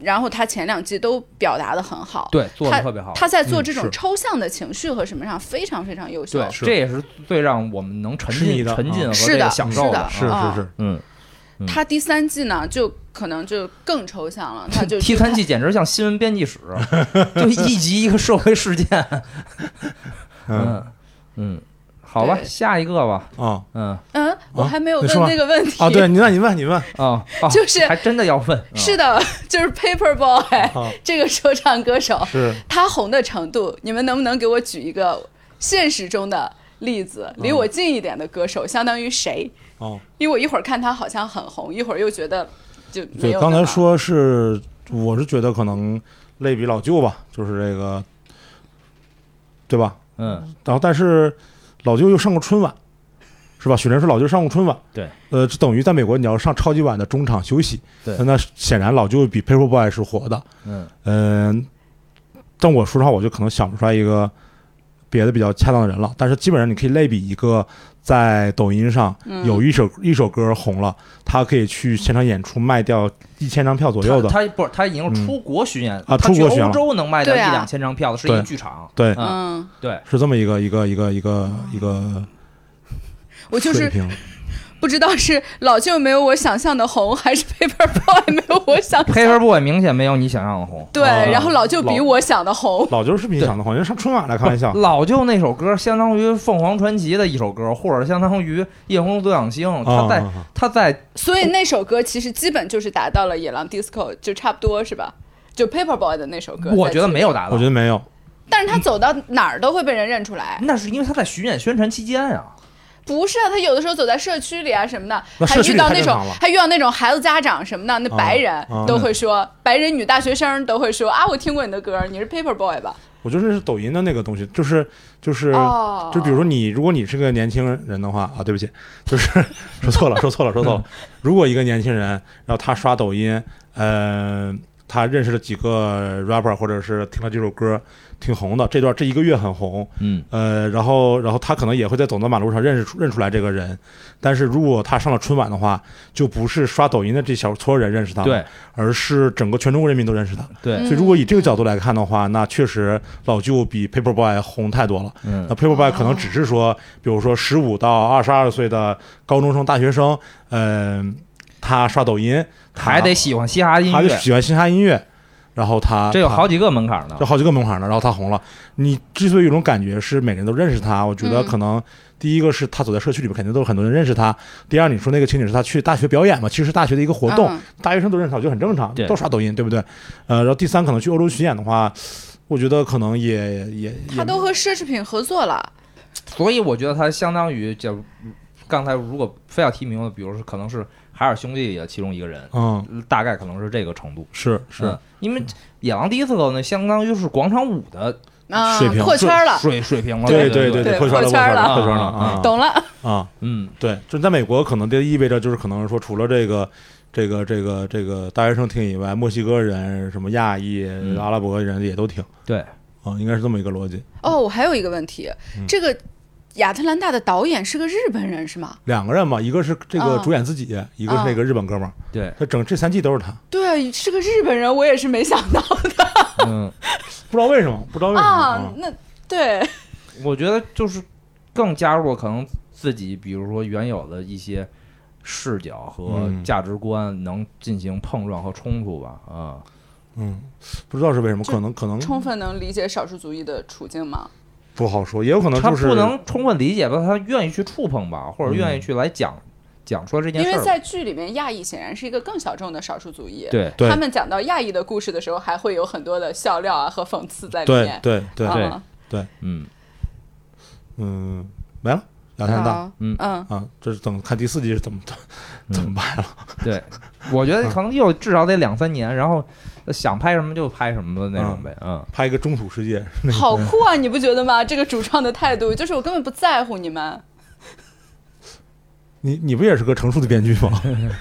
然后他前两季都表达的很好，
对，做的
他
特别好。
他在做
嗯
这
是
种抽象的情绪和什么上非常非常优秀
对。，啊这也是最让我们能沉
痴迷
浸、
的
沉浸
啊
和
是
这个
的
享
是
受
的
啊
是
啊
是是，
嗯，
他第三季呢，就可能就更抽象了，他就
第三季简直像新闻编辑室， 就一集一个社会事件。
嗯
嗯嗯，好吧，
对就
下一个吧。
啊
嗯
嗯，我还没有
你
问
说吧
那个问题
啊， 对，你那你问你问
哦，哦
就是
还真的要问，嗯
是的，就是 Paper Boy
啊，
这个说唱歌手，
是
他红的程度，你们能不能给我举一个现实中的例子，离
嗯
我近一点的歌手，相当于谁？
哦，
因为我一会儿看他好像很红，一会儿又觉得就没
对，
有。
刚才，说是，我是觉得可能类比老舅吧，就是这个，对吧？
嗯，
然后但是老舅又上过春晚，是吧？许晨说老舅上过春晚，
对，
呃，这等于在美国你要上超级碗的中场休息，
对
那显然老舅比 Paper Boy 是火的，
嗯
嗯、但我说实话，我就可能想不出来一个别的比较恰当的人了。但是基本上你可以类比一个在抖音上
嗯
有一首、一首歌红了，他可以去现场演出卖掉一千张票左右的，
他他不是他已经是出国巡演
啊
他去
出国巡演
欧洲能卖到一
对啊
两千张票的是一个
对
剧场，
对
嗯
嗯，
对，
是这么一个一个一个一个一个
我就
水
是
平。
不知道是老舅没有我想象的红， 还是 Paper Boy 没有 我想象。
Paper Boy 明显没有你想象的红。
对，
哦
然后老舅比
老
我想的红。
老舅是比你想的好，人家上春晚来开玩笑。
老舅那首歌相当于凤凰传奇的一首歌，或者相当于夜空中最亮星。他在
啊啊啊
他在
所以那首歌其实基本就是达到了野狼 disco，就差不多是吧？就 Paper Boy 的那首歌，
我觉得没有达
我
到
觉，得没有，
但是他走到哪儿都会被人认出来。
那是因为他在巡演宣传期间啊。
不是啊，他有的时候走在社区里啊什么的，
那
还
社区
遇
里
到
太
那
正
种
常了
还遇到那种孩子家长什么的，那
啊
白人
啊
都会说，白人女大学生都会说啊，我听过你的歌，你是 Paper Boy 吧？
我觉得这是抖音的那个东西，就是就是。
哦，
就比如说你，如果你是个年轻人的话啊，对不起， 就是说错了，说错了，说错了。如果一个年轻人，然后他刷抖音，呃，他认识了几个 rapper，或者是听了这首歌挺红的，这段这一个月很红，
嗯，
呃，然后然后他可能也会在走到马路上认识出认出来这个人，但是如果他上了春晚的话，就不是刷抖音的这小撮人认识他，
对，
而是整个全中国人民都认识他。
对，
所以如果以这个角度来看的话，那确实老舅比 Paperboy 红太多了。
嗯
那 Paperboy 可能只是说，比如说十五到二十二岁的高中生、大学生，嗯、他刷抖音，他
还得喜欢嘻哈音
他就
乐，
喜欢嘻哈音乐，然后他
这有
他
好几个门槛呢
这。好几个门槛呢，然后他红了。你之所以有种感觉是每个人都认识他，我觉
嗯
得可能第一个是他走在社区里面，肯定都有很多人认识他；第二，你说那个情景是他去大学表演嘛，其实是大学的一个活动，
嗯
大学生都认识他，我觉得很正常
对，
都刷抖音，对不对？呃，然后第三，可能去欧洲巡演的话，我觉得可能也也
他都和奢侈品合作了，
所以我觉得他相当于就刚才如果非要提名的，比如说可能是海尔兄弟里的其中一个人，
嗯
大概可能是这个程度。
是是、
嗯因为野狼第一次走呢，相当于是广场舞的
啊
水平，
破圈了，
水水平了。
对
对
对
对
破圈了
破
了
圈
了
破圈了
啊
啊
懂了，
啊！
嗯，
对，就在美国可能这意味着就是可能说除了这个。这个这个这个大学生听以外，墨西哥人、什么亚裔、
嗯
阿拉伯人也都听。
对，
啊、应该是这么一个逻辑。
哦，我还有一个问题，
嗯
这个亚特兰大的导演是个日本人是吗？
两个人嘛，一个是这个
啊
主演自己，一个是
嗯
那个日本哥们儿。
对，
他整这三季都是他，
对，是个日本人，我也是没想到的
嗯，
不知道为什么，不知道为什么。
啊
啊。
那对，
我觉得就是更加入了可能自己，比如说原有的一些视角和
嗯
价值观能进行碰撞和冲突吧。啊，
嗯，不知道是为什么，可能可能
充分能理解少数族裔的处境吗？
不好说，也有可能
他
就是嗯
不能充分理解吧，他愿意去触碰吧，或者愿意去来讲讲出来这件
因
事
为
儿吧。
在剧里面，亚裔显然是一个更小众的少数族裔。
对，
对
他们讲到亚裔的故事的时候，还会有很多的笑料啊和讽刺在里
对
面。
对对，
对
啊
嗯，
嗯，没了，亚特兰大
好
嗯
嗯，
啊，这是等看第四季是怎么怎么办了。
对，我觉 得可能又至少得两三年，然后想拍什么就拍什么的那种呗。嗯，
拍一个中土世界，
好酷啊！你不觉得吗？这个主创的态度，就是我根本不在乎你们。
你你不也是个成熟的编剧 吗？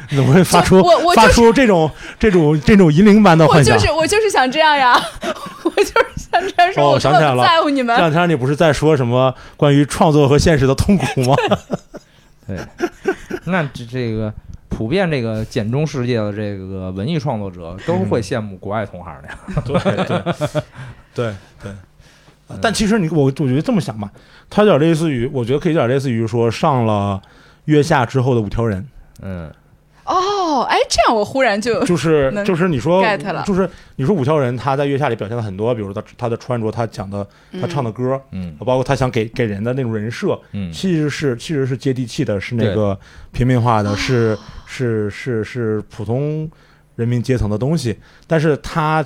你怎么会发出
我我就
发
是
出这种这种这种银铃般的
我
幻想
就？是我就是想这样呀， 我就是想这样
哦
说，
我
我
想
根
起来
本
了
不在乎你
这
们。
两天你不是在说什么关于创作和现实的痛苦吗？
对， 那这这个普遍这个简中世界的这个文艺创作者都
嗯
会羡慕国外同行的呀。
对对对对。呃 但其实你我我觉得这么想吧，它有点类似于，我觉得可以有点类似于说上了月下之后的五条 人，
嗯，
哦，哎，这样我忽然就
就是
能
就是你说
get 了
就是你说五条人他在月下里表现了很多，比如他他的穿着，他讲的他唱的歌，
嗯
包括他想给给人的那种人设，
嗯
其实是其实是接地气的，是那
对
个平民化的，是是是是普通人民阶层的东西，但是他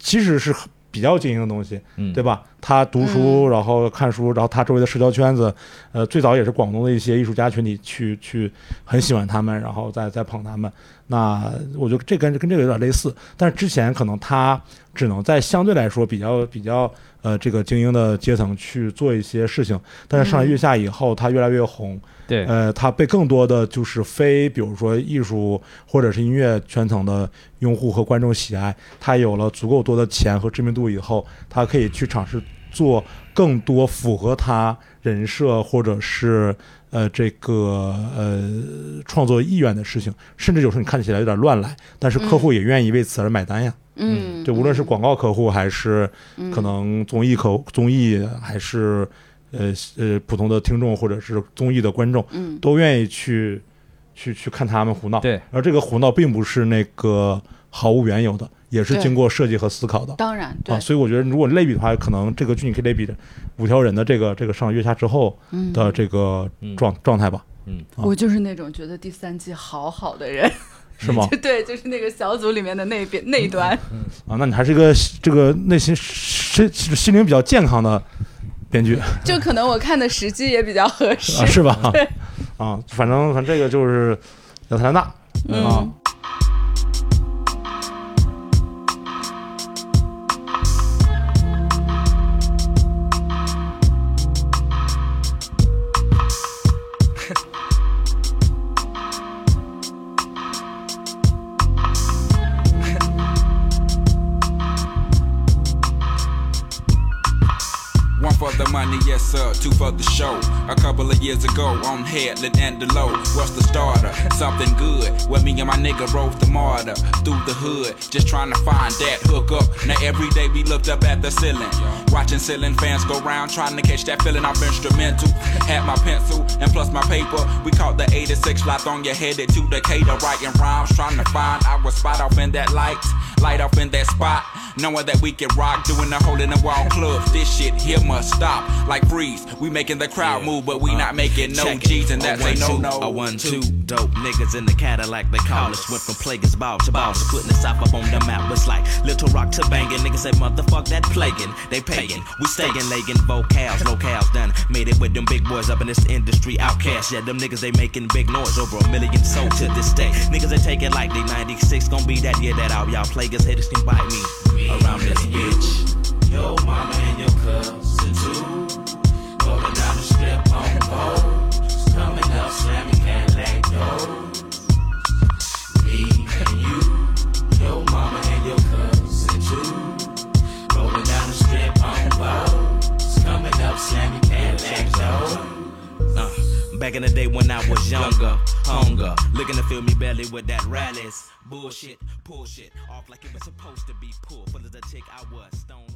其实是很比较精英的东西，
嗯，
对吧？他读书，然后看书，然后他周围的社交圈子，呃，最早也是广东的一些艺术家群体去去很喜欢他们，然后再再捧他们。那我觉得这跟跟这个有点类似，但是之前可能他只能在相对来说比较比较呃这个精英的阶层去做一些事情，但是上来月下以后，他越来越红，
对，
呃，他被更多的就是非比如说艺术或者是音乐圈层的用户和观众喜爱，他有了足够多的钱和知名度以后，他可以去尝试做更多符合他人设或者是呃这个呃创作意愿的事情，甚至有时候你看起来有点乱来，但是客户也愿意为此而买单呀。
嗯，
对，无论是广告客户还是可能综艺客综艺，还是呃呃普通的听众或者是综艺的观众，
嗯
都愿意去去去看他们胡闹。
对，
而这个胡闹并不是那个毫无缘由的，也是
对
经过设计和思考的。
当然对
啊，，所以我觉得，如果类比的话，可能这个剧你可以类比着五条人的这个这个上月下之后
嗯，
的这个
嗯
状、状态吧，啊
我就是那种觉得第三季好好的人，
是吗？
嗯
对，就是那个小组里面的那边那一端，
啊，那你还是一个这个内心心心心灵比较健康的编剧。
就可能我看的时机也比较合适
啊，。 是吧？啊，反正反正这个就是亚特兰大，啊
嗯，
Ronnie, yes sir, two for the show. A couple of years ago, on Headland and the low. What's the starter? Something good. Well, me and my nigga rode the martyr through the hood, just trying to find that hook up. Now every day we looked up at the ceiling, watching ceiling fans go round, trying to catch that feeling off instrumental. Had my pencil and plus my paper. We caught the 86 lot on your head to Decatur, writing rhymes, trying to find our spot off in that light, light off in that spot. Knowing that we can rock, doing the hole in the wall club. This shit here must stop, like freeze. We making the crowd move, but we not making no
Uh, Check it. Oh,
G's, and
A
that's
one,
a no
two, A
no.
one two dope niggas in the Cadillac they call us. Went from players ball to boss, putting us up up on the map. It's like Little Rock to banging. Niggas say motherfuck that plaguing, they paying. We staying legging vocals, locales done made it with them big boys up in this industry outcast. Yeah, them niggas they making big noise over a million sold to this day. Niggas they take it like they 96 gon' be that year that all y'all players haters can bite me around this bitch. Yo mama and your cousin too. Going down the strip on poles. Coming up, slamming Cadillac doors. Me and you, your mama and your cousin too. Rolling down the strip on poles. Coming up, slamming Cadillac doors. Uh, back in the day when I was younger, hunger, looking to fill me belly with that rallies. Bullshit, pull shit off like it was supposed to be pulled. Full of the tick, I was stoned.